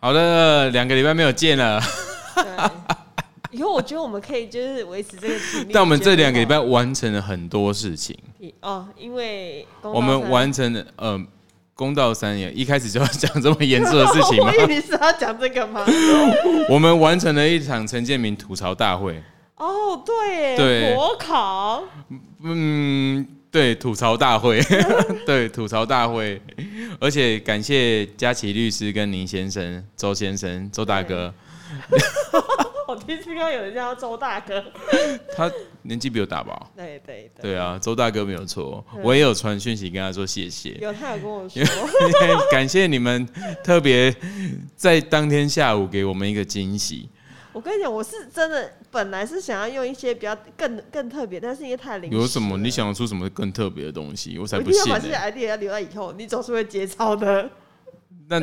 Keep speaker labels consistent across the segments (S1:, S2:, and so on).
S1: 好的，两个礼拜没有见了，
S2: 对，以后我觉得我们可以就是维持这个频率。
S1: 但我们这
S2: 觉得
S1: 两个礼
S2: 很
S1: 拜
S2: 好
S1: 完成了很多事情。
S2: 哦，因为公道
S1: 我们
S2: 三
S1: 完成了，呃，公道三也一开始就要讲这么严肃的事情 吗？
S2: 我以为是要讲这 个吗？
S1: 我们完成了一场陈建明吐槽大会。
S2: 哦，对耶，
S1: 对
S2: 火烤，
S1: 嗯，对，吐槽大 会，对，吐槽大会，而且感谢佳琪律师跟林先生、周先生、周大哥，
S2: 我第一次看到有人叫他周大哥。
S1: 他年纪比我大吧？
S2: 对对对，
S1: 对啊，周大哥没有错，
S2: 对啊
S1: 我也有传讯息跟他说谢谢，
S2: 有他有跟我说，
S1: 感谢你们特别在当天下午给我们一个惊喜。
S2: 我跟你讲，我是真的本来是想要用一些比较更更特别，但是因为太临时了
S1: 有什么？你？想出什么更特别的东西？我才
S2: 我一
S1: 不欸
S2: 定要
S1: 信
S2: 把
S1: 呢、
S2: 这些 idea 留在以后，你总是会节操的。
S1: 那，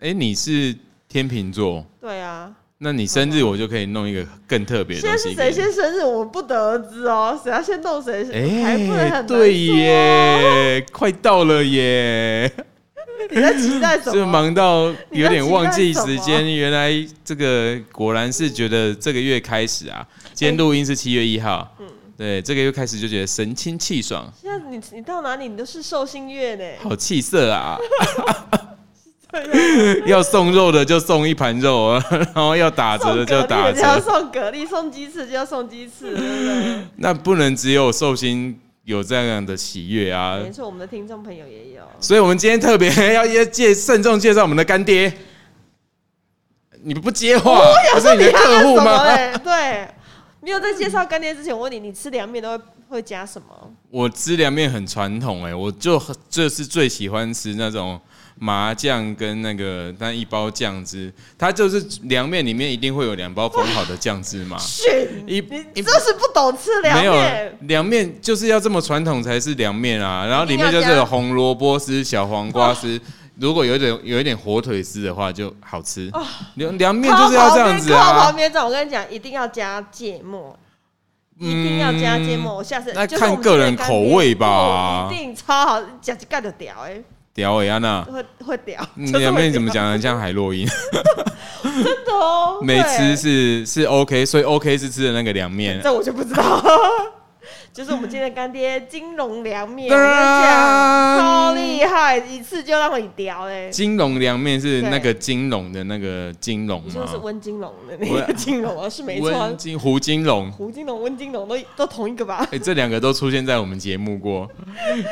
S1: 哎、你是天秤座，
S2: 对啊，
S1: 那你生日我就可以弄一个更特别的
S2: 现
S1: 东
S2: 在
S1: 西给
S2: 是谁
S1: 你。
S2: 先生日，我们不得而知哦。谁要先动谁，还不能很难
S1: 哎对
S2: 说
S1: 耶，快到了耶，
S2: 你在期待什
S1: 这
S2: 么？
S1: 忙到有点忘记
S2: 你
S1: 时
S2: 在期待什
S1: 间。原来这个果然是觉得这个月开始啊，今
S2: 哎
S1: 天录音是七月一号，
S2: 嗯
S1: 对，这个月开始就觉得神清气爽，
S2: 现在你你到哪里，你都是寿星月呢。
S1: 好气色 啊！
S2: 对啊
S1: 要送肉的就送一盘肉 啊，然后要打折的就打
S2: 送蛤蜊就要
S1: 折，
S2: 送蛤蜊，送鸡翅就要送鸡翅，对不
S1: 那不能只有寿星有这样的喜悦 啊
S2: 对？。没错，我们的听众朋友也有。
S1: 所以我们今天特别要要介慎重介绍我们的干爹。你不接话，不是你的客户吗？
S2: 对对，没有在介绍干爹之前，我问你，你吃凉面都会会加什么？
S1: 我吃凉面很传统哎、我就就是最喜欢吃那种麻酱跟那个那一包酱汁，它就是凉面里面一定会有两包封好的酱汁嘛。
S2: 逊，
S1: 一
S2: 你
S1: 一
S2: 就是不懂吃凉
S1: 没有啊
S2: 面。
S1: 凉面就是要这么传统才是凉面啊，然后里面
S2: 一
S1: 就
S2: 定要
S1: 是
S2: 加
S1: 有红萝卜丝、小黄瓜丝。如果有一点有一点火腿丝的话，就好吃。
S2: 哦
S1: 凉凉面就是要这样 子
S2: 靠
S1: 啊
S2: 旁。边站，我跟你讲，一定要加芥末，一定要加芥末。我下次
S1: 嗯那
S2: 就是
S1: 看
S2: 我们
S1: 个
S2: 这
S1: 人
S2: 干
S1: 口
S2: 爹
S1: 味吧
S2: 哦一定超好，夹起盖就屌哎、
S1: 屌哎、安娜，
S2: 会会屌，
S1: 嗯你
S2: 就是
S1: 凉
S2: 会
S1: 面怎么
S2: 屌？
S1: 讲的像海洛因？
S2: 真的哦，
S1: 没吃
S2: 对
S1: 是是 OK，所以 OK 是吃的那个凉面。
S2: 这我就不知道 了。就是我们今天的干爹金融凉面，我
S1: 当
S2: 跟
S1: 然
S2: 你讲，超厉害，一次就让你屌欸嘞、
S1: 金龙凉面是
S2: 对
S1: 那个金龙的那个金龙
S2: 你说
S1: 吗
S2: 的是？温金龙的那个
S1: 啊温
S2: 金龙啊，是没错啊
S1: 温，金胡金龙，
S2: 胡金龙、温金龙都都同一个吧？
S1: 哎、这两个都出现在我们节目过。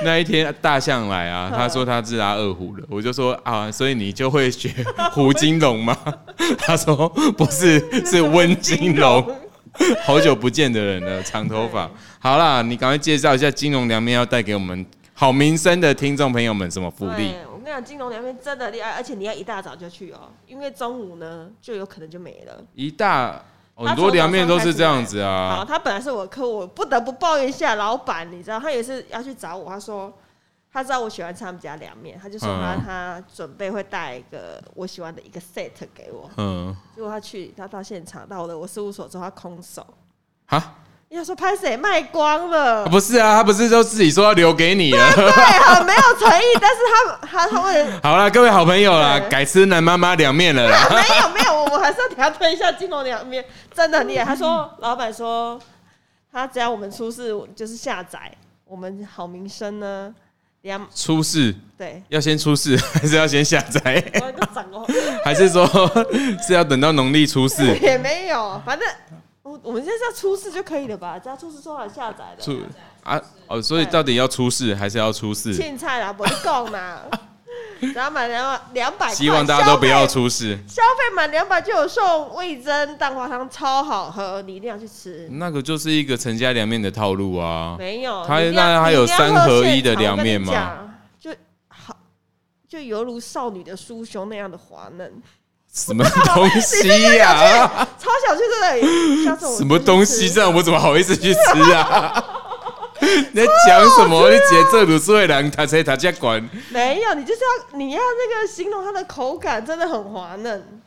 S1: 那一天大象来啊，他说他是拉二胡的，我就说啊，所以你就会学胡金龙吗？他说不是，是温金龙。好久不见的人了，长头发。好啦，你赶快介绍一下金融凉面要带给我们好名声的听众朋友们什么福利？
S2: 对，我跟你讲，金融凉面真的厉害，而且你要一大早就去哦，因为中午呢就有可能就没了。
S1: 一大
S2: 他
S1: 很多凉面都是这样子
S2: 好，
S1: 啊，
S2: 他本来是我的客户，我不得不抱怨一下老板，你知道，他有一次要去找我，他说他知道我喜欢吃他们家凉面，他就说他、
S1: 嗯
S2: 他准备会带一个我喜欢的一个 set 给我，
S1: 嗯，
S2: 结果他去他到现场到了我事务所之后，他空手，
S1: 哈、
S2: 要说拍谁卖光了
S1: 啊， 不是啊，他不是都自己说要留给你啊了。
S2: 对，很没有诚意，但是他他他为了。
S1: 好啦，各位好朋友啦，
S2: 对
S1: 改吃男妈妈凉面了啦。
S2: 没有没有，我我还是要给他推一下金融两面，真的很厉害。他说，老板说，他只要我们出示就是下载我们好名声呢，两
S1: 出事
S2: 对，
S1: 要先出事， 还是要先下载？
S2: 我就整个
S1: 还是说 是要等到农历初四？
S2: 也没有，反正我我们现在是要出示就可以了吧？只要出示做好下载的，
S1: 出啊哦，所以到底要出事还是要出事？
S2: 欠菜啦，不是供啦，只要满两两百，
S1: 希望大家都不要。出事。
S2: 消费满两百就有送味增蛋花汤，超好喝，你一定要去吃。
S1: 那个就是一个陈家凉面的套路啊。
S2: 没有，
S1: 它
S2: 你一定要
S1: 那它有
S2: 你定要
S1: 三合
S2: 喝现
S1: 一的
S2: 场
S1: 凉面？
S2: 我
S1: 吗
S2: 跟你讲就好，就犹如少女的酥胸那样的滑嫩，
S1: 什么东西呀、
S2: 超想去这里。下次我
S1: 什么东西
S2: 这
S1: 这样，我怎么好意思去吃 啊？你在讲什么？
S2: 啊
S1: 你姐这卤是会狼，他才他家管。
S2: 没有，你就是要你要那个形容它的口感，真的很滑嫩。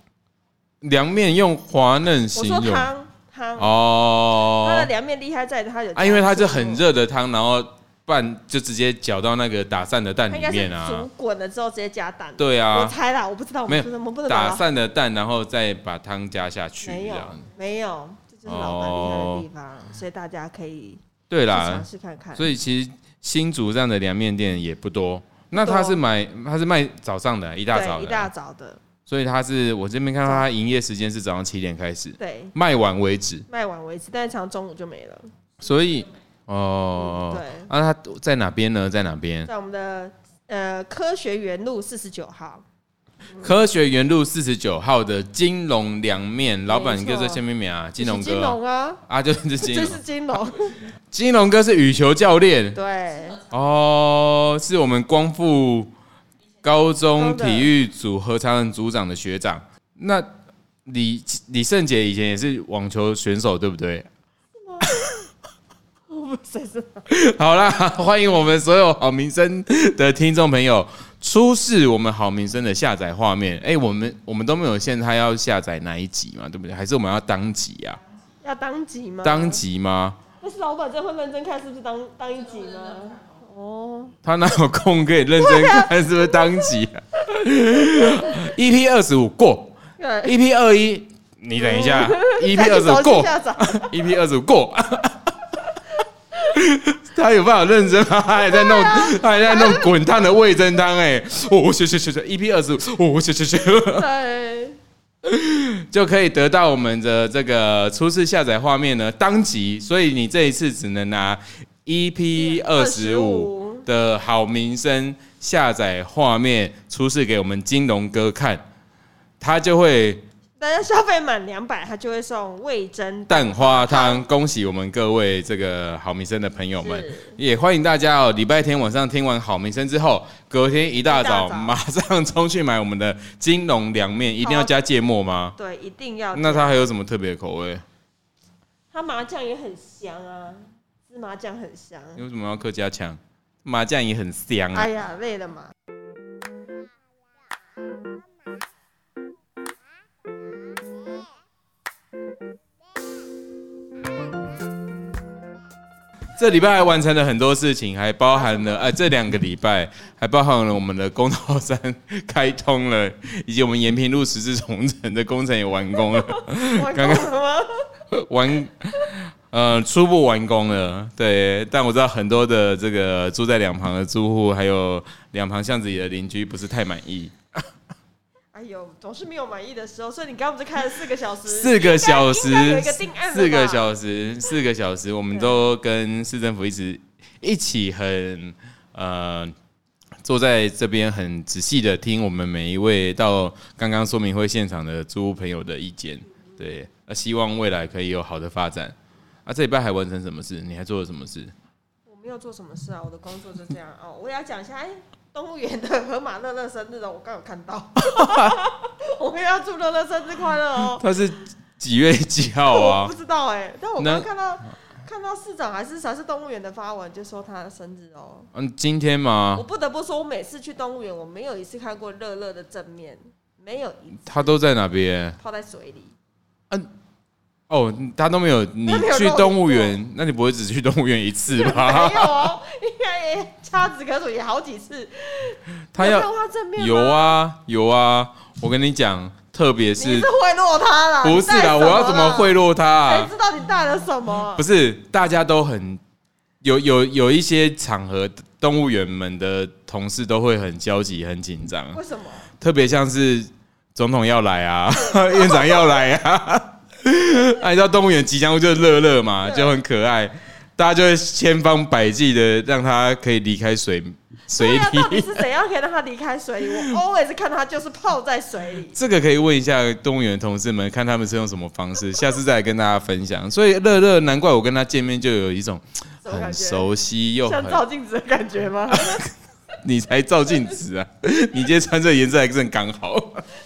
S1: 凉面用滑嫩
S2: 我
S1: 形
S2: 说
S1: 容
S2: 汤汤，它的
S1: 哦，
S2: 凉面厉害在它有
S1: 啊啊，因为它是很热的汤，然后拌就直接搅到那个打散的蛋
S2: 它应
S1: 里
S2: 该是
S1: 面啊
S2: 煮。滚了之后直接加蛋。
S1: 对
S2: 我
S1: 啊，
S2: 猜啦，我不知道，我
S1: 没
S2: 们
S1: 有
S2: 不能我们不能
S1: 打
S2: 打
S1: 散的蛋，然后再把汤加下去，
S2: 没
S1: 这
S2: 有
S1: 样。
S2: 没有，这就是老板厉害的地方，所以大家可以
S1: 对
S2: 去
S1: 啦
S2: 尝，试看看。
S1: 所以其实新竹这样的凉面店也不多。那他是买，他是卖早上的，一大
S2: 对
S1: 早
S2: 一
S1: 的
S2: 大
S1: 啊，
S2: 早的，
S1: 所以他是我这边看到他营业时间是早上七点开始，
S2: 对，
S1: 卖完为止。
S2: 卖完为止，但是常常中午就没了。
S1: 所以哦，
S2: 对，
S1: 啊，他在哪边呢？在哪边？
S2: 在我们的呃科学园路四十九号，
S1: 科学园路四十九号的金龙凉面，老板
S2: 没
S1: 叫
S2: 错
S1: 做下面名啊，金龙
S2: 就是金
S1: 哥
S2: 龙啊，
S1: 啊，就是金
S2: 这
S1: 龙
S2: 是。金龙，
S1: 金龙哥是羽球教练
S2: 对，
S1: 哦，是我们光复高中
S2: 高的
S1: 体育组合常人组长的学长。那李李圣杰以前也是网球选手，对不对？
S2: 谁是？
S1: 好啦，欢迎我们所有好民生的听众朋友出示我们好民生的下载画面。哎、我们我们都没有限他要下载哪一集嘛，对不对？还是我们要当集啊？
S2: 要当集吗？
S1: 当，集吗？
S2: 但是老板真会认真看是不是当当一集呢？哦，
S1: 他哪有空可以认真看是不是当 集、啊、？EP 二十五过
S2: 对，
S1: ，EP 二一你等一 下，EP 二
S2: 再去
S1: 十五
S2: 重新
S1: 过
S2: 下载，
S1: ，EP 二十五过。 他有办法认真吗？他还在弄，
S2: 啊
S1: 他还在弄滚烫的味噌汤哎！哦，学学学学，EP 二十五，哦，学学学，
S2: 对，
S1: 就可以得到我们的这个初次下载画面呢，当集。所以你这一次只能拿 EP 二十五。的好名声下载画面出示给我们金龙哥看，他就会
S2: 大家消费满两百，他就会送味增蛋
S1: 蛋花汤。恭喜我们各位这个好名声的朋友们
S2: 是，
S1: 也欢迎大家哦，礼拜天晚上听完好名声之后，隔天一大早
S2: 一大早
S1: 马上冲去买我们的金龙凉面，一定要加芥末吗？
S2: 对，一定要。
S1: 那它还有什么特别的口味？
S2: 它麻酱也很香啊，芝麻酱很香。
S1: 你为什么要客家腔？麻酱也很香啊
S2: 哎。呀，累了嘛。
S1: 这礼拜还完成了很多事情，还包含了呃这两个礼拜还包含了我们的公道山开通了，以及我们延平路十字重整的工程也完工了，
S2: 我
S1: 刚
S2: 刚什么？
S1: 完呃初步完工了。对，但我知道很多的这个住在两旁的住户，还有两旁巷子里的邻居不是太满意。
S2: 哎呦，总是没有满意的时候，所以你刚刚不是开了四个小时？
S1: 四个小时
S2: 应该有一个定案，了吧啊
S1: 四个小时，四个小时，我们都跟市政府一直一起很呃。坐在这边很仔细的听我们每一位到刚刚说明会现场的租户朋友的意见，对，那希望未来可以有好的发展。啊，这礼拜还完成什么事？你还做了什么 事？
S2: 我没有做什么事啊，我的工作就这样哦。我也要讲一下，哎，动物园的河马乐乐生日哦，我刚有看 到，我们要祝乐乐生日快乐哦。
S1: 他是几月几号
S2: 我
S1: 啊
S2: 不？知道哎、但我
S1: 那
S2: 刚看到看到市长还是还是动物园的发文，就说他的生日哦。
S1: 嗯，今天吗
S2: 我？ 不得不说，我每次去动物园，我没有一次看过乐乐的正面，没有一次
S1: 他都在哪边？
S2: 泡在水里。
S1: 哦，他都没有。你
S2: 没有
S1: 去
S2: 露
S1: 动物
S2: 过
S1: 园，那你不会只去动物园一次吧？
S2: 没有哦，应该也掐指可数也好几次。
S1: 他
S2: 你有
S1: 要
S2: 看过他正面吗
S1: 有，啊，有啊，我跟你讲，特别
S2: 你
S1: 是
S2: 是贿赂他啦？
S1: 不是
S2: 你
S1: 啦，
S2: 带什
S1: 我
S2: 么
S1: 要怎么贿赂他、
S2: 啦？谁
S1: 啊？
S2: 知道你带了什么？
S1: 不是，大家都很有有有一些场合，动物园们的同事都会很焦急、很紧张，
S2: 为什么？
S1: 特别像是总统要来啊， 院长要来啊， 啊，你知道动物园吉祥物就是乐乐嘛，
S2: 对
S1: 就很可爱，大家就会千方百计的让他可以离开水水
S2: 对啊，到底
S1: 里。
S2: 是怎样可以让他离开水里？ 我 always 看他就是泡在水里。
S1: 这个可以问一下动物园的同事们，看他们是用什么方式， 下次再来跟大家分享。所以乐乐，难怪我跟他见面就有一种
S2: 什么感
S1: 很
S2: 觉
S1: 熟悉又很
S2: 像照镜子的感觉 吗？
S1: 你才照镜子啊！ 你今天穿这个颜色还正刚好。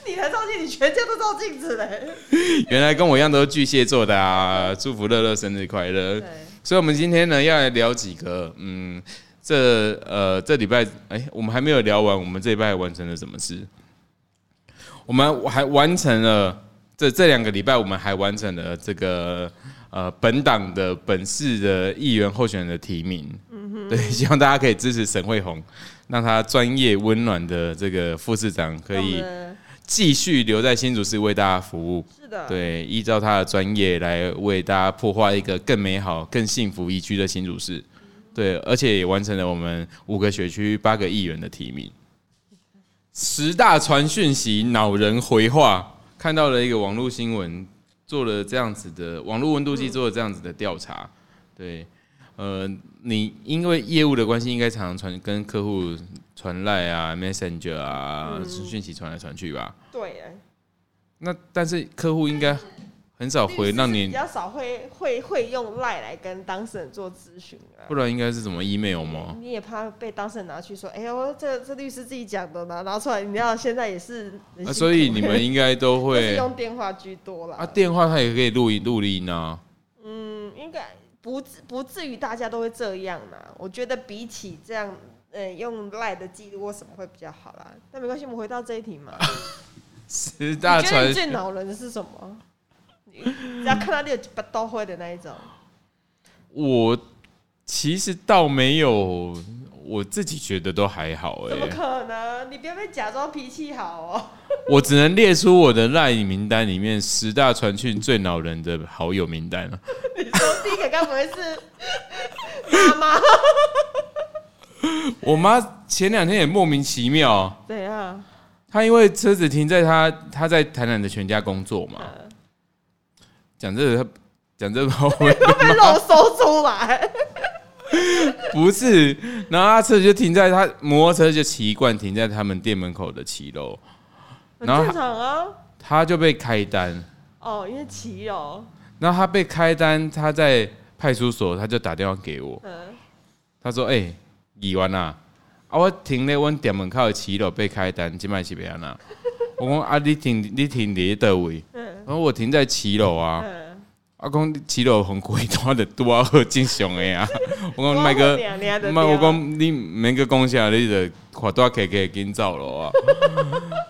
S2: 你才照镜，你全家都照镜子嘞。
S1: 原来跟我一样都是巨蟹座的啊！祝福乐乐生日快乐！所以，我们今天呢要来聊几个，嗯，这呃这礼拜，哎、我们还没有聊完，我们这礼拜完成了什么事？我们还完成了这这两个礼拜，我们还完成了这个呃本党的本市的议员候选人的提名。嗯对，希望大家可以支持沈惠红，让她专业温暖的这个副市长可
S2: 那我
S1: 以
S2: 们
S1: 继续留在新竹市为大家服务。
S2: 是的，
S1: 对，依照他的专业来为大家破坏一个更美好、更幸福宜居的新竹市。对，而且也完成了我们五个学区八个议员的提名。十大传讯息恼人回话，看到了一个网络新闻，做了这样子的网络温度计做了这样子的调查。对，呃，你因为业务的关系，应该常常传跟客户传赖啊、Messenger 啊，讯息传来传去吧。
S2: 对，哎
S1: 那但是客户应该很少回，
S2: 律师
S1: 让
S2: 是比
S1: 你
S2: 较少会会会用赖来跟当事人做咨询啊
S1: 不。然应该是什么 email 吗？
S2: 你也怕被当事人拿去说，哎呦，这这律师自己讲的嘛，拿出来，你知道现在也是很辛苦、
S1: 啊，所以你 们应该都
S2: 都是
S1: 会
S2: 用电话居多啦。
S1: 啊，电话它也可以录音录音啊。
S2: 嗯，应该不至不至于大家都会这样啦。我觉得比起这样，呃，用赖的记录或什么会比较好啦。但没关系，我们回到这一题嘛。
S1: 十 大
S2: 你觉得哦
S1: 传
S2: 你最恼人的是什么？你只要看到你有把刀灰的那一种，
S1: 我其实倒没有，我自己觉得都还好哎、
S2: 怎么可能？你不要被假装脾气好哦。
S1: 我只能列出我的赖名单里面十大传讯最恼人的好友名单了、
S2: 你说第一个该不 会是妈妈？
S1: 我妈前两天也莫名其妙，
S2: 怎样？
S1: 他因为车子停在他他在台南的全家工作嘛，讲这个讲这个话会
S2: 会被肉搜出来？
S1: 不是，然后他车子就停在他摩托车就习惯停在他们店门口的骑楼，
S2: 很
S1: 然后
S2: 正常啊。
S1: 他就被开单，
S2: 哦，因为骑哦，
S1: 然后他被开单，他在派出所他就打电话给我，
S2: 嗯，
S1: 他说：“哎、议员啊，啊我停咧阮店门口的骑楼被开单，即摆是要安那？” 我讲啊，你停你停伫倒位？然后我停在骑楼啊。
S2: 嗯
S1: 啊，讲你骑楼很贵，单的拄啊好正常的啊。我讲麦哥，
S2: 我娘的
S1: 麦我
S2: 对啊
S1: 讲你免去讲啥，你就看大客客紧走咯啊。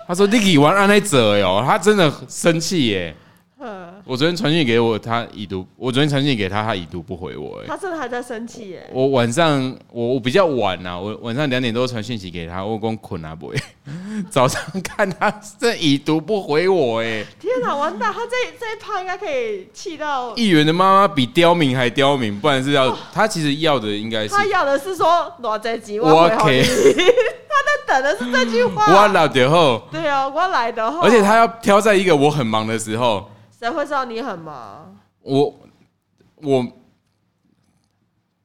S1: 他说你以完安尼做的哦，他真的生气耶。
S2: 嗯，
S1: 我昨天传讯给我，他已读；我昨天传讯给他，他已读不回我。哎，
S2: 他真的还在生气耶。
S1: 我晚上我我比较晚啊，我晚上两点多传讯息给他，我讲困啊不会。 早上看他这已读不回我，哎，
S2: 天哪，完蛋！他这这一趴应该可以气到
S1: 议员的妈妈比刁民还刁民，不然是要他其实要的应该是
S2: 他要的是说偌济钱，我
S1: 我
S2: 回好你
S1: OK
S2: 他在等的是这句
S1: 我
S2: 话。
S1: 老的后，
S2: 对啊，我来的话，
S1: 而且他要挑在一个我很忙的时候，
S2: 谁会知道你很忙？
S1: 我我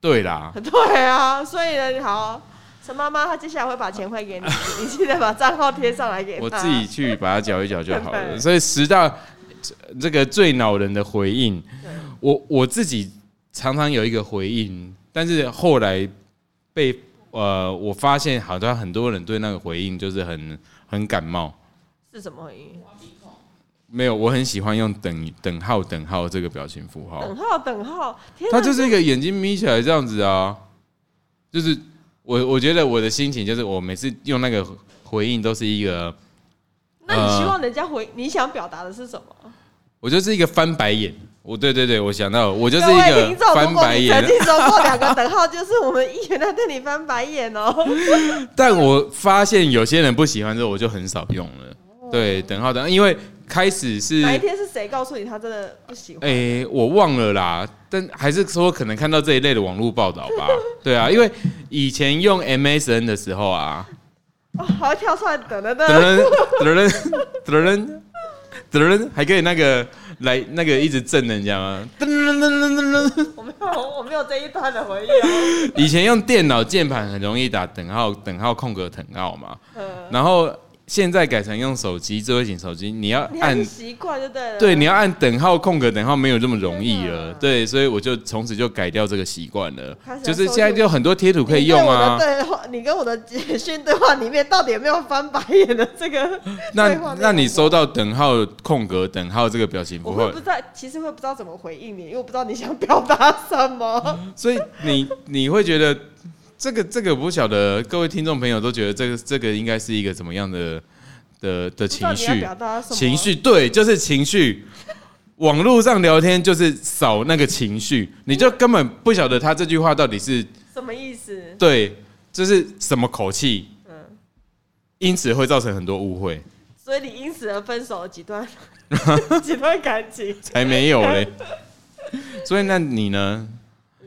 S1: 对啦，
S2: 对啊，所以呢，好，陈妈妈她接下来会把钱汇给你，你记得把账号贴上来给她
S1: 我自己去把它搅一搅就好了。
S2: 对
S1: 所以十大这个最恼人的回应，我我自己常常有一个回应，但是后来被呃我发现好像很多人对那个回应就是很很感冒。
S2: 是什么回应？
S1: 没有，我很喜欢用等等号等号这个表情符号。
S2: 等号等号， 天哪！
S1: 他就是一个眼睛眯起来这样子啊，就是我我觉得我的心情就是我每次用那个回应都是一个，
S2: 那
S1: 呃
S2: 你希望人家回你想表达的是什么？
S1: 我就是一个翻白眼。我对对对，我想到了我就是
S2: 各
S1: 一
S2: 位
S1: 个
S2: 听众，如
S1: 翻
S2: 果
S1: 白
S2: 你
S1: 眼
S2: 曾， 经说过两个等号，就是我们议员在对你翻白眼哦。
S1: 但我发现有些人不喜欢之后，我就很少用了。对，等号等号，因为开始 是
S2: 哪一哦天是谁告诉你他真的不喜欢？
S1: 诶、我忘了啦，但还是说可能看到这一类的网络报道吧。对啊，因为以前用 MSN 的时候啊，
S2: 哦，好要跳出来，等等
S1: 噔噔噔噔噔
S2: 等。
S1: 噔噔噔，还可以那个来那个一直震人家吗？噔噔噔噔噔
S2: 我没有，我没有这一段的回忆哦。
S1: 噔。以前用电脑键盘很容易打等号等号空格等号嘛，
S2: 嗯，
S1: 然后现在改成用手机智慧型手机，你要
S2: 你还
S1: 按
S2: 是习惯就对了。
S1: 对你要按等号空格等号没有这么容易
S2: 真
S1: 了，
S2: 的
S1: 对，所以我就从此就改掉这个习惯了
S2: 开始，要
S1: 就是
S2: 搜
S1: 现在
S2: 寻
S1: 就很多贴图可以用啊
S2: 你。对我的对话，你跟我的简讯对话里面到底有没有翻白眼的 这个？对话
S1: 那
S2: 内容
S1: 那你收到等号空格等号这个表情符
S2: 我
S1: 号
S2: 会不，知道，其实会不知道怎么回应你，因为我不知道你想表达什么。
S1: 所以你你会觉得这个这个不晓得各位听众朋友都觉得这个这个应该是一个怎么样的的的
S2: 不知道
S1: 情
S2: 你要
S1: 绪
S2: 表？达什么
S1: 情绪对，就是情绪。网络上聊天就是扫那个情绪，你就根本不晓得他这句话到底是
S2: 什么意思？
S1: 对，就是什么口气，
S2: 嗯，
S1: 因此会造成很多误会。
S2: 所以你因此而分手了 几段几段感情？
S1: 才没有 嘞。所以那你呢？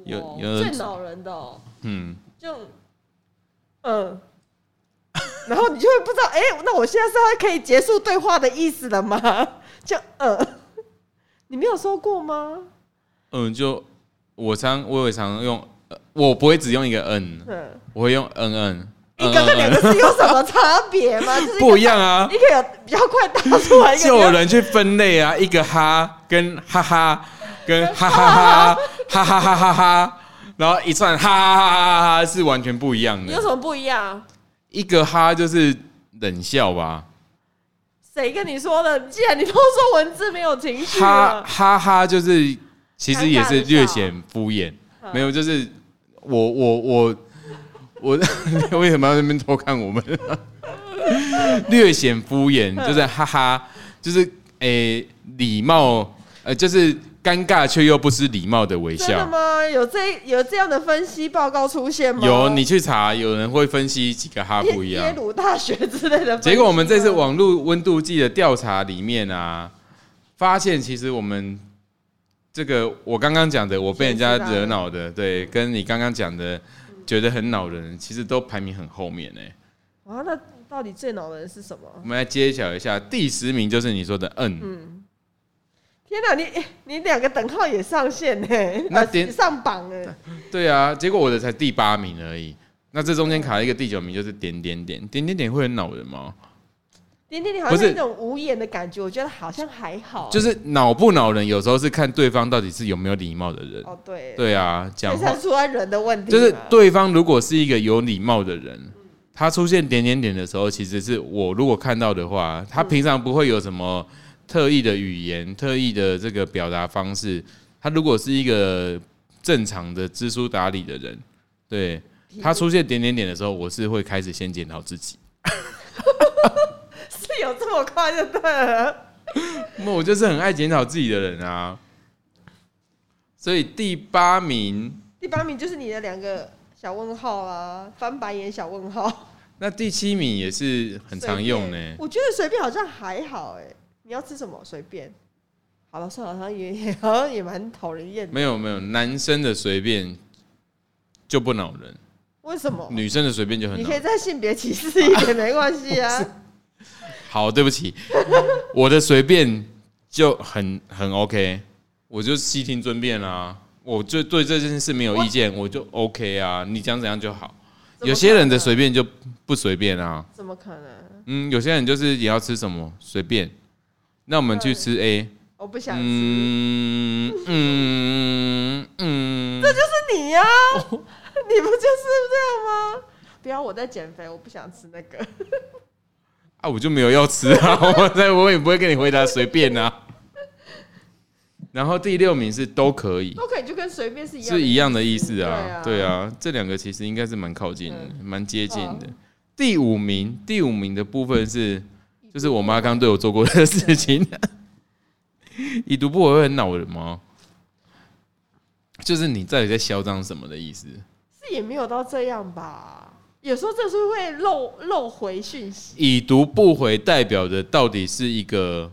S1: 有
S2: 哦
S1: 有
S2: 最恼人的哦，
S1: 嗯，
S2: 就嗯， 然后你就会不知道，哎、那我现在是要可以结束对话的意思了吗？ 就嗯，你没有说过吗？
S1: 嗯，就我常我也常用，呃我不会只用一个嗯，
S2: 嗯，
S1: 我会用嗯嗯，
S2: 你
S1: 嗯
S2: 跟这
S1: 嗯
S2: 两
S1: 嗯，
S2: 个字有什么差别 吗？就是
S1: 不一样啊。
S2: 一个有比较快打出 来，一个
S1: 就
S2: 比较
S1: 有人去分类啊，一个哈跟哈哈跟哈哈哈哈哈哈哈哈，然后一串哈哈哈哈哈哈是完全不一样
S2: 你有
S1: 的。
S2: 什么不一样？
S1: 一个哈就是冷笑吧，
S2: 谁跟你说的？既然你都说文字没有情绪
S1: 哈
S2: 了，
S1: 哈哈，就是其实也是略显敷衍
S2: 嗯，
S1: 没有，就是我我我我 为什么要在那边偷看我们？ 略显敷衍，
S2: 嗯
S1: 就是哈哈，就是诶礼、貌，呃，就是尴尬却又不失礼貌的微
S2: 真的
S1: 笑。
S2: 吗？有这有这样的分析报告出现吗？
S1: 有你去查，有人会分析几个哈
S2: 耶
S1: 不一
S2: 耶
S1: 样。
S2: 鲁大学之类的分析吗。啊
S1: 结果我们这次网络温度计的调查里面啊，发现其实我们这个我刚刚讲的，我被人家惹恼的，对，跟你刚刚讲的觉得很恼人，其实都排名很后面呢。欸
S2: 啊，那到底最恼人的是什么？
S1: 我们来揭晓一下，第十名就是你说的嗯，
S2: 嗯，天哪，你你两个等号也上线呢，
S1: 那
S2: 呃
S1: 点
S2: 上榜哎，
S1: 对啊，结果我的才第八名而已。那这中间卡了一个第九名，就是点点点点点点会很恼人吗？
S2: 点点点好
S1: 不
S2: 像
S1: 是
S2: 有一种无言的感觉，我觉得好像还好，
S1: 就是是恼不恼人，有时候是看对方到底是有没有礼貌的人。
S2: 哦对，
S1: 对啊，讲
S2: 这
S1: 话
S2: 才出来人的问题，啊
S1: 就是，对方如果是一个有礼貌的人，他出现点点点的时候，其实是我如果看到的话，他平常不会有什么特意的语言、特意的这个表达方式。他如果是一个正常的知书达理的人，对他出现点点点的时候，我是会开始先检讨自己。
S2: 是有这么快就对 了，
S1: 那我就是很爱检讨自己的人啊。所以第八名，
S2: 第八名就是你的两个小问号啊，翻白眼小问号，
S1: 那第七名也是 很常用呢、
S2: 随便我觉得随便好像还好哎，你要吃什么随便，好了算了，好像也 好像也蛮讨人厌的，
S1: 没有没有，男生的随便就不恼人，
S2: 为什么？
S1: 女生的随便就很
S2: 哦你
S1: 恼
S2: 可以
S1: 人。
S2: 再性别歧视一点，没关系
S1: 哦
S2: 啊。
S1: 好，对不起，我的随便就很很 OK，我就悉听尊便啊，我就对这件事没有意见，我就 OK 啊，你想怎样就好。
S2: 怎
S1: 有
S2: 么可能啊
S1: 些人的随便就不随便啊，
S2: 怎么可能？
S1: 嗯，有些人就是也要吃什么随便，那我们去吃 A，
S2: 我不想吃，
S1: 嗯嗯嗯，
S2: 是你呀、 你不就是这样吗？不要，我在减肥，我不想吃那 个。
S1: 啊，我就没有要吃啊， 我在我也不会跟你回答随便啊。然后第六名是都可以，
S2: 都可以，就跟随便是一样的，
S1: 是一样的意思啊，
S2: 对
S1: 对
S2: 啊
S1: 啊，嗯这两个其实应该是蛮靠近的，蛮接近的。第五名，第五名的部分是，就是我妈刚对我做过的事情。 已读不回会很恼人吗？就是你到底在嚣张什么的意思？
S2: 是也没有到这样吧。有时候这是会漏漏回讯息，
S1: 已读不回代表的到底是一个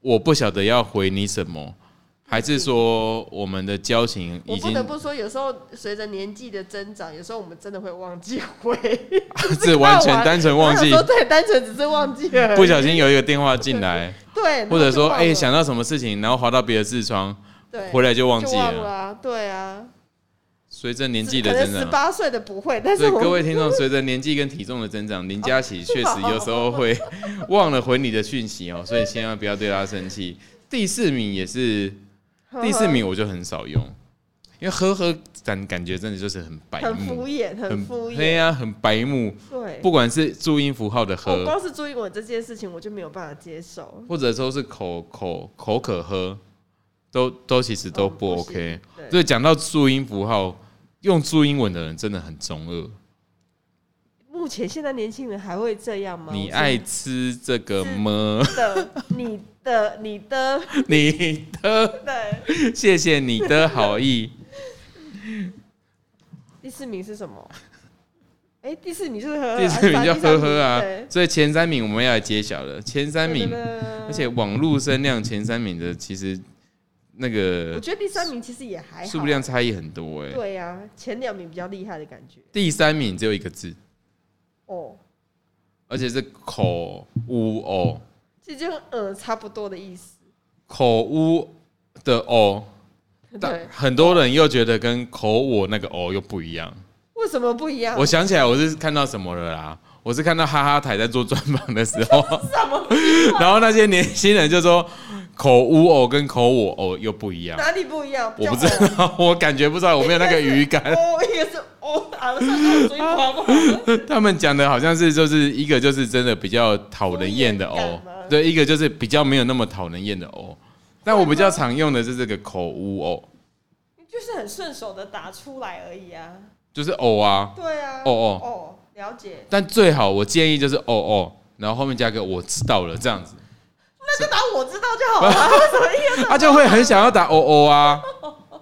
S1: 我不晓得要回你什么，还是说我们的交情
S2: 我
S1: 已
S2: 不
S1: 经
S2: 得不说，有时候随着年纪的增长，有时候我们真的会忘记回，
S1: 是完全单纯忘记
S2: 有时，候对，单纯只是忘记了，
S1: 不小心有一个电话进来，
S2: 对，
S1: 或者说
S2: 然后就忘了
S1: 哎、想到什么事情，然后滑到别的视窗，
S2: 对
S1: 回来就忘
S2: 就
S1: 记
S2: 忘了
S1: 了。
S2: 啊，对啊，
S1: 随着年纪的
S2: 可能
S1: 增
S2: 十
S1: 长，
S2: 八岁的不会，但
S1: 所
S2: 是
S1: 以
S2: 我
S1: 各位听众，随着年纪跟体重的增长，林佳 琪确实有时候会忘了回你的讯息哦，所以千万不要对她生气。第四名也是第四名我就很少用，因为呵呵感感觉真的就是很白
S2: 很敷
S1: 目，
S2: 衍，很敷
S1: 对
S2: 衍。
S1: 呀、很白目。
S2: 对，
S1: 不管是注音符号的
S2: 我
S1: 呵，
S2: 光是注意我这件事情，我就没有办法接受。
S1: 或者说是口口口渴喝，都都其实都
S2: 嗯
S1: 不
S2: 不
S1: OK。
S2: 对，
S1: 所以讲到注音符号，用注英文的人真的很中二。
S2: 目前现在年轻人还会这样吗？
S1: 你
S2: 我
S1: 爱吃这个吗？
S2: 真的，你的，你的，
S1: 你的，
S2: 对，
S1: 谢谢你的好意。
S2: 第四名是什么？哎、第四名就是呵呵，
S1: 第四名
S2: 啊
S1: 叫呵呵啊
S2: 对，
S1: 所以前三名我们要来揭晓了。前三名，而且网络声量前三名的，其实那
S2: 我
S1: 个
S2: 觉得第三名其实也还好，
S1: 数量差异很多哎、
S2: 对呀、前两名比较厉害的感觉
S1: 第三名只有一个字，
S2: 哦，
S1: 而且是口乌哦，
S2: 其实就跟呃差不多的意思，
S1: 口乌的哦，但
S2: 对，
S1: 很多人又觉得跟口我那个哦又不一样。
S2: 为什么不一样？
S1: 我想起来，我是看到什么了啦？我是看到哈哈台在做专访的时候，
S2: 什么
S1: 然后那些年轻人就说口乌哦跟口我哦又不一样。
S2: 哪里不一样？
S1: 我不知道，我感觉不出来，我没有那个语
S2: 比较
S1: 感。
S2: 哦， 一个是哦，打了上去嘴巴不好 了，
S1: 他们讲的好像是就是一个就是真的比较讨人厌的
S2: 敷衍
S1: 哦
S2: 感吗，
S1: 对，一个就是比较没有那么讨人厌的哦。但我比较常用的是这个口误哦，
S2: 你就是很顺手的打出来而已啊。
S1: 就是哦啊。
S2: 对啊，
S1: 哦哦
S2: 哦，了解。
S1: 但最好我建议就是哦哦，然后后面加个我知道了这样子，
S2: 那就打我知道就好 了，为什么一个
S1: 他就会很想要打哦哦啊，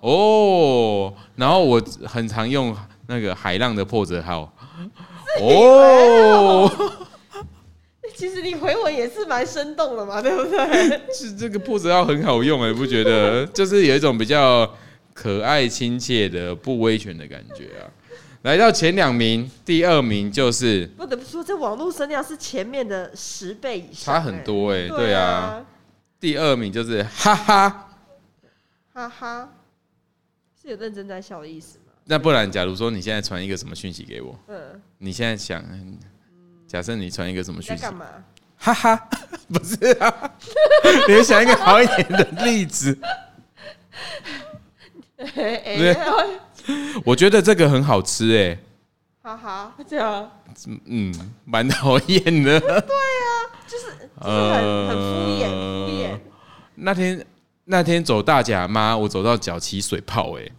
S1: 哦。然后我很常用那个海浪的破折号，哦。
S2: 其实你回我也是蛮生动的嘛，对不对？
S1: 是这个破折号很好用哎、不觉得？ 就是有一种比较可爱、亲切的、不威权的感觉啊。来到前两名，第二名就是
S2: 不得不说，这网络声量是前面的十倍以上、
S1: 差很多哎、
S2: 哎。
S1: 对啊，，第二名就是哈哈。
S2: 哈哈，是有认真在笑的意思吗？
S1: 那不然，假如说你现在传一个什么讯息给我，
S2: 嗯，
S1: 你现在想，假设你传一个什么
S2: 你
S1: 讯
S2: 在
S1: 息
S2: 干，嘛？
S1: 哈哈，不是啊，你想一个好一点的例子，
S2: 哎、哎
S1: 对我觉得这个很好吃哎、
S2: 哈哈，这样啊
S1: 嗯，蛮讨厌的。
S2: 就是很很敷衍，敷衍
S1: 呃。那天那天走大甲妈，我走到脚起水泡、欸，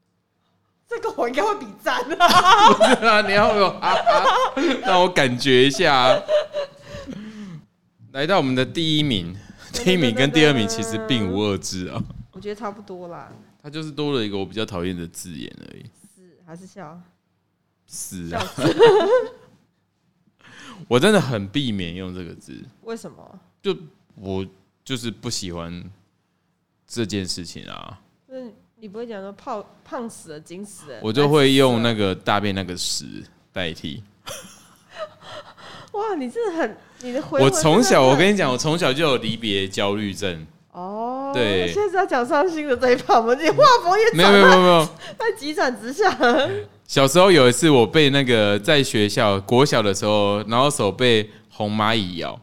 S2: 这个我应该会比赞 啊！
S1: 哎，对啊，你要 有啊啊，让我感觉一下啊。来到我们的第一名，第一名跟第二名其实并无二致啊，
S2: 我觉得差不多啦，
S1: 它就是多了一个我比较讨厌的字眼而已。
S2: 是还是笑，
S1: 是
S2: 笑
S1: 啊，
S2: 死！
S1: 我真的很避免用这个字，
S2: 为什么？
S1: 就我就是不喜欢这件事情啊，
S2: 就是你不会讲说胖胖死了，紧死了，
S1: 我就会用那
S2: 个。
S1: 个大便那个屎代替。
S2: 哎哇，你真的很你的回文
S1: 我
S2: 真的
S1: 从小，
S2: 很
S1: 我跟你讲，我从小就有离别焦虑症。
S2: 哦，
S1: 对
S2: 现在是要讲伤心的这一趴，我们这画风也
S1: 没有没有没有没有，
S2: 在急转直下。
S1: 小时候有一次我被那个在学校国小的时候，然后手被红蚂蚁咬，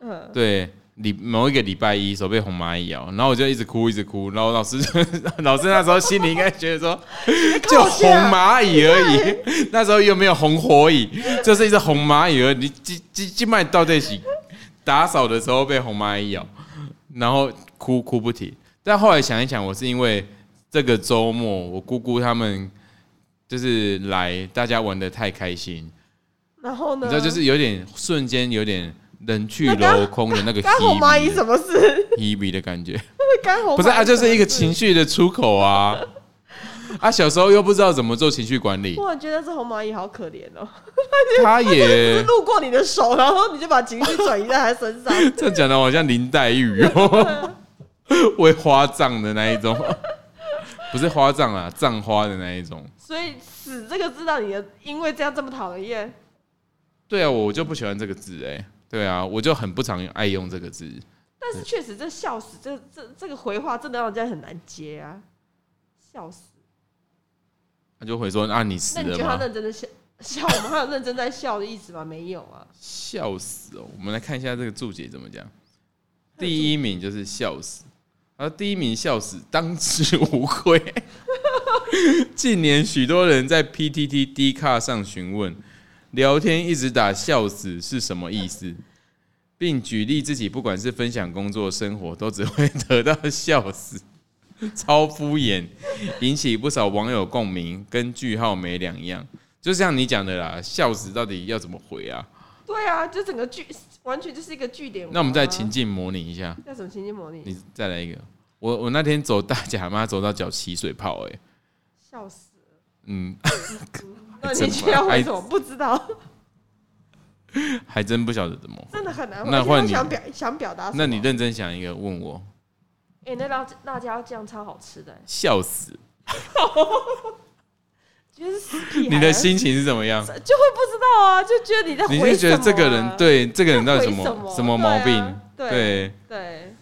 S2: 嗯，
S1: 对，礼某一个礼拜一手被红蚂蚁咬，然后我就一直哭一直哭，然后老师 老师那时候心里应该觉得说，就红蚂蚁而已，那时候又没有红火蚁，就是一只红蚂蚁而已，你鸡鸡鸡麦到这起，打扫的时候被红蚂蚁咬，然后哭哭不停。但后来想一想，我是因为这个周末我姑姑他们就是来，大家玩的太开心，
S2: 然后呢？
S1: 你知道，就是有点瞬间有点人去
S2: 那刚
S1: 楼空的那个
S2: 干红蚂蚁
S1: hebe
S2: 什么事？
S1: hebe 的感 觉。
S2: 干红蚂蚁
S1: 不是啊，就是一个情
S2: 绪。
S1: 绪的出口 啊。啊，小时候又不知道怎么做情绪管理，
S2: 我觉得这红蚂蚁好可怜哦，
S1: 他
S2: 就
S1: 也
S2: 路过你的手，然后你就把情绪转移在它身上。
S1: 这讲的好像林黛玉哦， 会花葬的那一种， 不是花葬啊，葬花的那一种。
S2: 所以“死”这个字让你的，因为这样这么讨人厌，
S1: 对啊，我就不喜欢这个字哎、对啊，我就很不常爱用这个字。
S2: 但是确实这“笑死”这这这个回话真的让人家很难接啊，笑死。
S1: 他就会说啊，你死
S2: 那你
S1: 了
S2: 觉得他
S1: 吗？
S2: 认真的笑笑我们，他有认真在笑的意思吗？没有啊。
S1: 笑死哦！我们来看一下这个注解怎么讲。第一名就是笑死，而第一名笑死，当之无愧。 近年许多人在 PTT、D 卡上询问，聊天一直打笑死是什么意思，并举例自己不管是分享工作、生活，都只会得到笑死，超敷衍，引起不少网友共鸣，跟句号没两样。就像你讲的啦，笑死到底要怎么回啊？
S2: 对啊，就整个剧完全就是一个据点、
S1: 那我们再情境模拟一下，
S2: 叫什么情境模拟？
S1: 你再来一个。我我那天走大甲妈走到脚起水泡、欸，哎，
S2: 笑死了！
S1: 嗯，
S2: 那
S1: 怎
S2: 你
S1: 么
S2: 需要
S1: 哎
S2: 为什么不知道？
S1: 还真不晓得怎么。
S2: 真的很难。
S1: 那
S2: 我就
S1: 换你
S2: 想表想表达什么？
S1: 那你认真想一个，问我，
S2: 哎、那辣辣椒酱超好吃的、欸，
S1: 笑死！
S2: 就是死屁孩啊
S1: 你的心情是怎么样？
S2: 就会不知道啊，就觉得你在回
S1: 你
S2: 什么啊、
S1: 是觉得这个人对这个人到底什
S2: 在回什
S1: 么
S2: 么
S1: 什么毛
S2: 对
S1: 病
S2: 啊？对啊
S1: 对
S2: 对，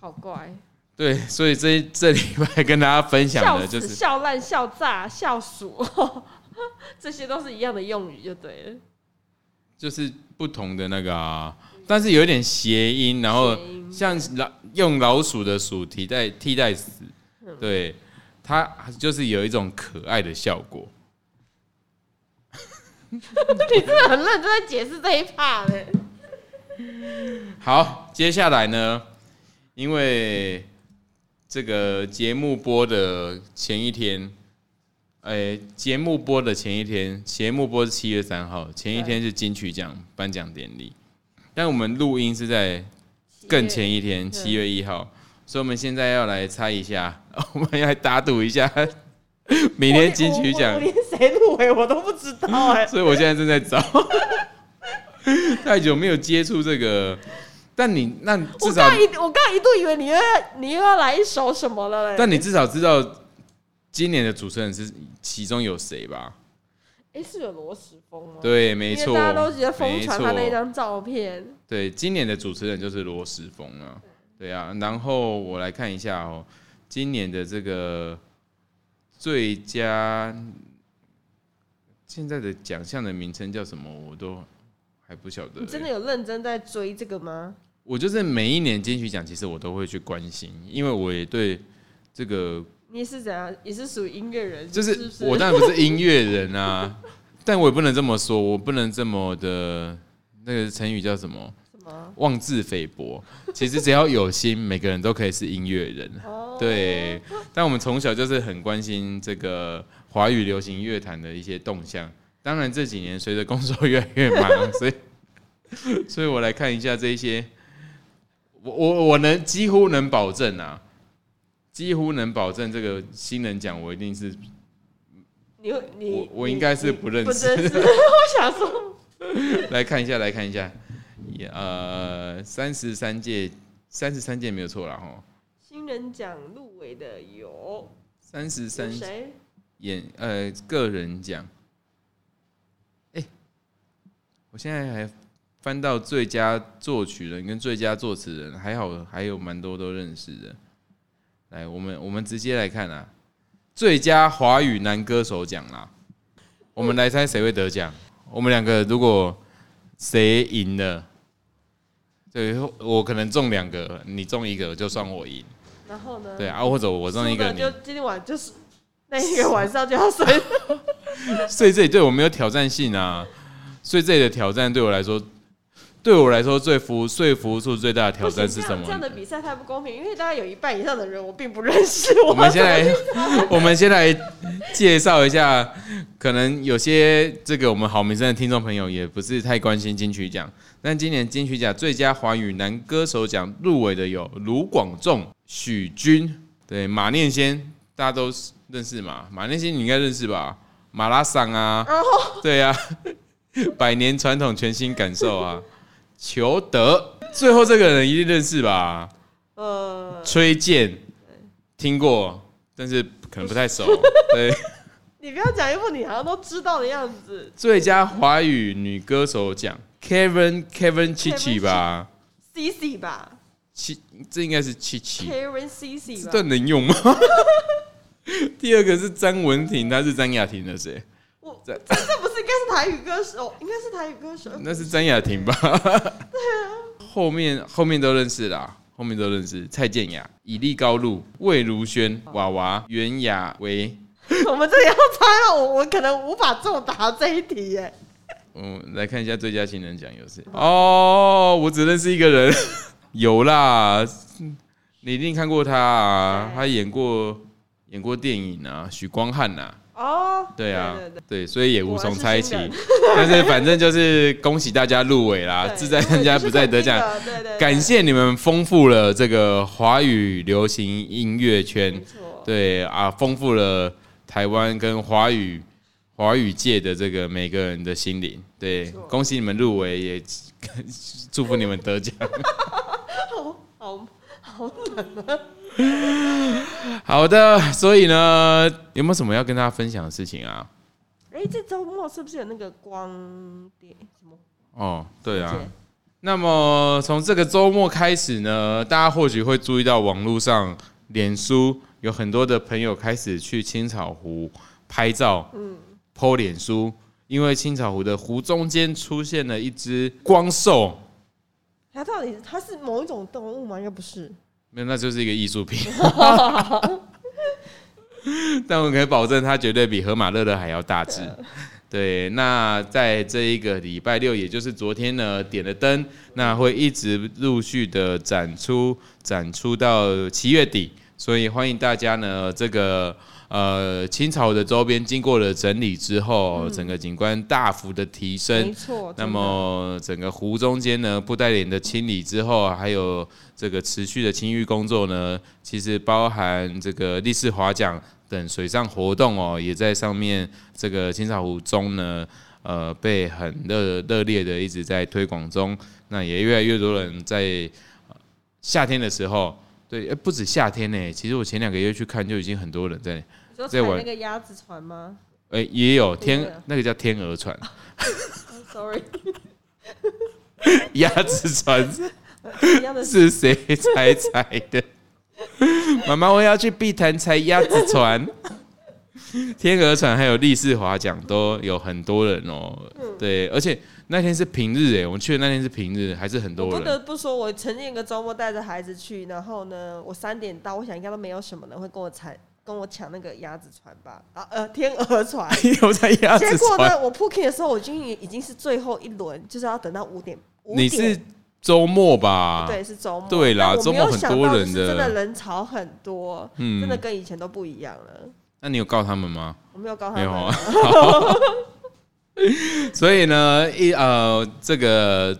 S2: 好怪，
S1: 对，所以这这礼拜跟大家分享
S2: 笑
S1: 的就
S2: 死、
S1: 是
S2: 笑烂、笑炸、笑鼠， 这些都是一样的用语就对了。
S1: 就是不同的那个啊，但是有一点谐音，然后
S2: 谐音
S1: 像老用老鼠的鼠替代替代死，对，它就是有一种可爱的效果。
S2: 你真的很认真在解释这一 part 欸呢、
S1: 好，接下来呢，因为这个节目播的前一天，哎、节目播的前一天，节目播是七月三号，前一天是金曲奖颁奖典礼，但我们录音是在更前一天，七月一号，所以我们现在要来猜一下， 我们要来打赌一下 明天金曲
S2: 我我
S1: 奖
S2: 我，连谁入围我都不知道哎、
S1: 所以我现在正在找，太久没有接触这个，但你那
S2: 我
S1: 至少
S2: 刚一我刚一度以为你又要你又要来一首什么了嘞、
S1: 但你至少知道今年的主持人是其中有谁吧？
S2: 哎、是有罗时峰吗？，
S1: 对，没
S2: 因
S1: 错，
S2: 为大家都觉得疯
S1: 没
S2: 传
S1: 错，
S2: 他那张照片，
S1: 对，今年的主持人就是罗时峰啊，对啊。然后我来看一下哦，今年的这个最佳现在的奖项的名称叫什么，我都还不晓得、欸
S2: 你真的有认真在追这个吗？
S1: 我就是每一年金曲奖，其实我都会去关心，因为我也对这个
S2: 你是怎样？也是属于音乐人？
S1: 就是是
S2: 不是
S1: 我当然不是音乐人啊， 但我也不能这么说，我不能这么的那个成语叫什么？
S2: 什么？
S1: 妄自菲薄。其实只要有心，每个人都可以是音乐人。
S2: 哦，
S1: 对，但我们从小就是很关心这个华语流行乐坛的一些动向。当然这几年随着工作越来越忙，所以所以我来看一下这一些，我我我能几乎能保证啊，几乎能保证这个新人奖我一定是
S2: 你你
S1: 我我
S2: 你
S1: 应该是
S2: 你
S1: 不认
S2: 不
S1: 识
S2: 认识。我想说，
S1: 来看一下，来看一下，也呃，三十三届，三十三届没有错了哈。
S2: 新人奖入围的有
S1: 三十三
S2: 有谁？
S1: 演呃个人奖，哎、我现在还翻到最佳作曲人跟最佳作词人，还好还有蛮多都认识的。来，我们我们直接来看啊，最佳华语男歌手奖啦，我们来猜谁会得奖。我们两个如果谁赢了，对我可能中两个，你中一个就算我赢，
S2: 然后呢？
S1: 对啊，或者我
S2: 输的
S1: 中一个你哎
S2: 就今天晚就是那一个晚上就要睡。
S1: 所以这里对我没有挑战性啊，所以这里的挑战对我来说，对我来说最服说服数最大的挑战是什
S2: 不行这样这样的
S1: 么？
S2: 比赛太不公平，因为大概有一半以上的人我并不认识。
S1: 我们先来
S2: 怎么去，
S1: 我们先来介绍一下，可能有些这个我们好名声的听众朋友也不是太关心金曲奖，但今年金曲奖最佳华语男歌手奖入围的有卢广仲、许君，对马念先，大家都认识嘛？马念先你应该认识吧？马拉桑啊，
S2: 然后
S1: 对呀、百年传统，全新感受啊！裘德，最后这个人一定认识吧？
S2: 呃，
S1: 崔健，听过，但是可能不太熟。对，
S2: 你不要讲一副你好像都知道的样子。
S1: 最佳华语女歌手奖，Kevin Kevin
S2: Kevin
S1: Chichi 吧？
S2: C C 吧
S1: 七，这应该是 Chichi，
S2: ，Karen C C
S1: 这
S2: 吧，
S1: 段能用吗？ 第二个是张文婷，她是张雅婷的谁？
S2: 我
S1: 这
S2: 这这不是应该是台语歌手，哦应该是台语歌手，
S1: 那是张雅婷吧？ 对啊，后面后面都认识啦，后面都认识蔡健雅、以利高露、魏如萱、娃娃、袁雅维。
S2: 我们这里要猜了，我我可能无法作答这一题耶。
S1: 嗯，来看一下最佳新人奖有谁？哦，我只认识一个人， 有啦，你一定看过他啊，
S2: 对
S1: 他演过演过电影啊，许光汉呐、
S2: 哦，
S1: 对啊，
S2: 对对
S1: 对所以也无从猜起
S2: 果然是。
S1: 但是反正就是恭喜大家入围啦，
S2: 对
S1: 啊志在参加不在得奖。，
S2: 对对对，
S1: 感谢你们丰富了这个华语流行音乐
S2: 没
S1: 圈，
S2: 错，
S1: 对啊，丰富了台湾跟华语华语界的这个每个人的心灵。对，恭喜你们入围，也 祝福你们得奖。
S2: 好
S1: 好的，所以呢，有没有什么要跟大家分享的事情啊？
S2: 哎、这周末是不是有那个光碟什么？
S1: 哦，对啊
S2: 了解。
S1: 那么从这个周末开始呢，大家或许会注意到网络上、脸书有很多的朋友开始去青草湖拍照，嗯，po 脸书，因为青草湖的湖中间出现了一只光兽，
S2: 它到底它是某一种动物吗？应该不是。
S1: 那那就是一个艺术品。但我可以保证，它绝对比河马乐乐还要大只。对，那在这一个礼拜六，也就是昨天呢，点了灯，那会一直陆续的展出，展出到七月底，所以欢迎大家呢，这个呃青草的周边经过了整理之后，整个景观大幅的提升
S2: 没，错。
S1: 那
S2: 真的
S1: 么整个湖中间呢，布袋莲的清理之后，还有这个持续的清淤工作呢，其实包含这个立式划桨等水上活动哦，也在上面这个青草湖中呢，呃，被很热热烈的一直在推广中。那也越来越多人在呃夏天的时候，对，呃不止夏天呢，其实我前两个月去看就已经很多人在，
S2: 你说踩
S1: 这玩
S2: 那个鸭子船 吗
S1: 呃，也有
S2: 也
S1: 天
S2: 有
S1: 那个叫天鹅船、
S2: I'm？Sorry，Oh,
S1: 鸭子船
S2: 一样的
S1: 是
S2: 事。
S1: 谁猜猜的？妈妈，我要去碧潭踩鸭子船、天鹅船，还有立式划桨，都有很多人哦。
S2: 嗯
S1: 对，而且那天是平日欸诶，我们去的那天是平日，还是很
S2: 我
S1: 多
S2: 不
S1: 人。
S2: 得不说，我曾经有个周末带着孩子去，然后呢，我三点到，我想应该都没有什么人会跟我抢跟我抢那个鸭子船吧？啊呃，天鹅船。
S1: 有在鸭
S2: 结
S1: 子
S2: 果
S1: 船，
S2: 呢，我 booking 的时候，我已经已经是最后一轮，就是要等到五点。5
S1: 你
S2: 点
S1: 是周末吧？
S2: 对，是周末。
S1: 对啦
S2: 但我没
S1: 周
S2: 有
S1: 末很
S2: 想到
S1: 多人的嗯
S2: 就是真的人潮很多，真的跟以前都不一样了。
S1: 那你有告他们吗？
S2: 我没有告诉
S1: 没
S2: 他
S1: 有啊
S2: 们，。
S1: 所以呢，一呃，这个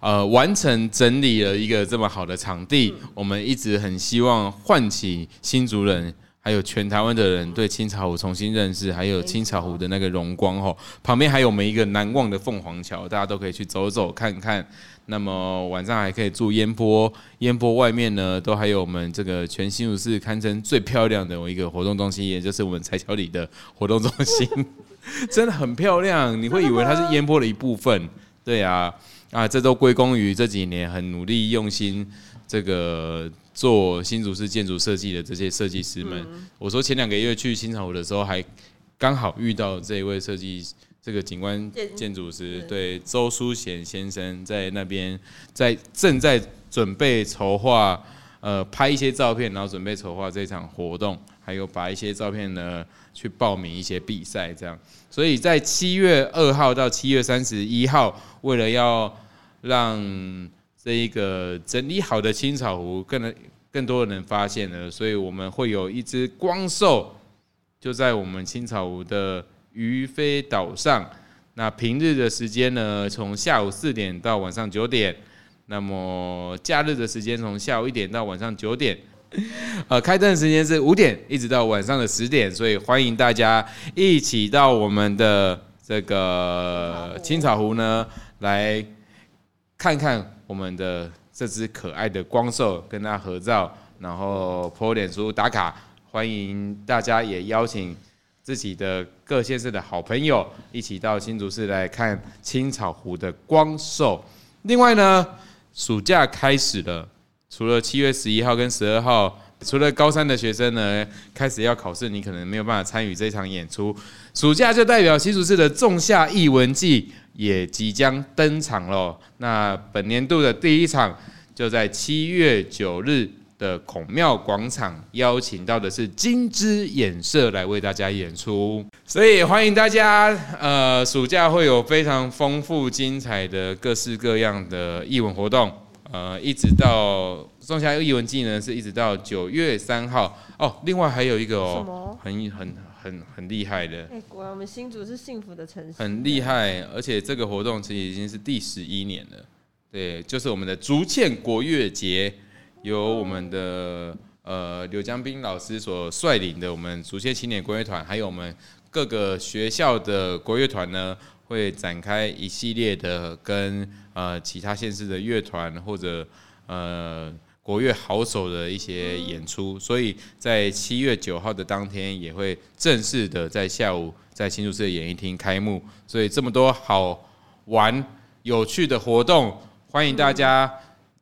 S1: 呃，完成整理了一个这么好的场地，我们一直很希望唤起新族人。还有全台湾的人对青草湖重新认识，还有青草湖的那个荣光哦，旁边还有我们一个难忘的凤凰桥，大家都可以去走走看看。那么晚上还可以住烟波，烟波外面呢都还有我们这个全新竹市堪称最漂亮的一个活动中心，也就是我们彩桥里的活动中心， 真的很漂亮，你会以为它是烟波的一部分。对啊，啊，这都归功于这几年很努力用心这个做新竹市建筑设计的这些设计师们。我说前两个月去新潮湖的时候，还刚好遇到这一位设计这个景观
S2: 建
S1: 建筑师
S2: 是，
S1: 对周书贤先生在那边在正在准备筹划。呃，拍一些照片，然后准备筹划这场活动，还有把一些照片呢去报名一些比赛，这样。所以在七月二号到七月三十一号，为了要让这一个整理好的青草湖更能更多人发现了，所以我们会有一只光兽就在我们青草湖的鱼飞岛上。那平日的时间呢，从下午四点到晚上九点；那么假日的时间从下午一点到晚上九点。呃，开灯的时间是五点，一直到晚上的十点，所以欢迎大家一起到我们的这个青草湖呢来看看我们的这只可爱的光兽，跟它合照，然后 po 脸书打卡，欢迎大家也邀请自己的各县市的好朋友一起到新竹市来看青草湖的光兽。另外呢，暑假开始了，除了七月十一号跟十二号。除了高三的学生呢，开始要考试，你可能没有办法参与这场演出。暑假就代表新竹市的仲夏艺文季也即将登场喽。那本年度的第一场就在七月九日的孔庙广场，邀请到的是金枝演社来为大家演出，所以欢迎大家。呃，暑假会有非常丰富精彩的各式各样的艺文活动。呃，一直到仲夏艺文季呢，是一直到九月三号哦。另外还有一个
S2: 什
S1: 哦，
S2: 么？
S1: 很很很很厉害的，
S2: 哎、果然我们新竹是幸福的城市，欸
S1: 很厉害，而且这个活动其实已经是第十一年了。对，就是我们的竹堑国乐节，由我们的呃刘江斌老师所率领的我们竹县青年国乐团，还有我们各个学校的国乐团呢，会展开一系列的跟呃其他县市的乐团或者呃国乐好手的一些演出，所以在七月九号的当天也会正式的在下午在新竹市的演艺厅开幕，所以这么多好玩有趣的活动，欢迎大家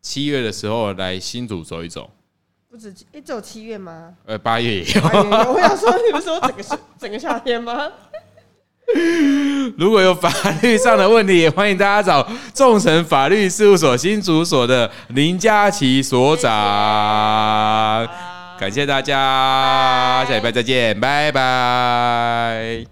S1: 七月的时候来新竹走一走，
S2: 不止哎、诶只有七 月吗？
S1: 呃，八月也有。
S2: 哎呦我想说，你不是说整个夏整个夏天吗？
S1: 如果有法律上的问题，也欢迎大家找众诚法律事务所新竹所的林佳琪所长。感谢大家，
S2: 拜
S1: 下礼拜再见，拜拜。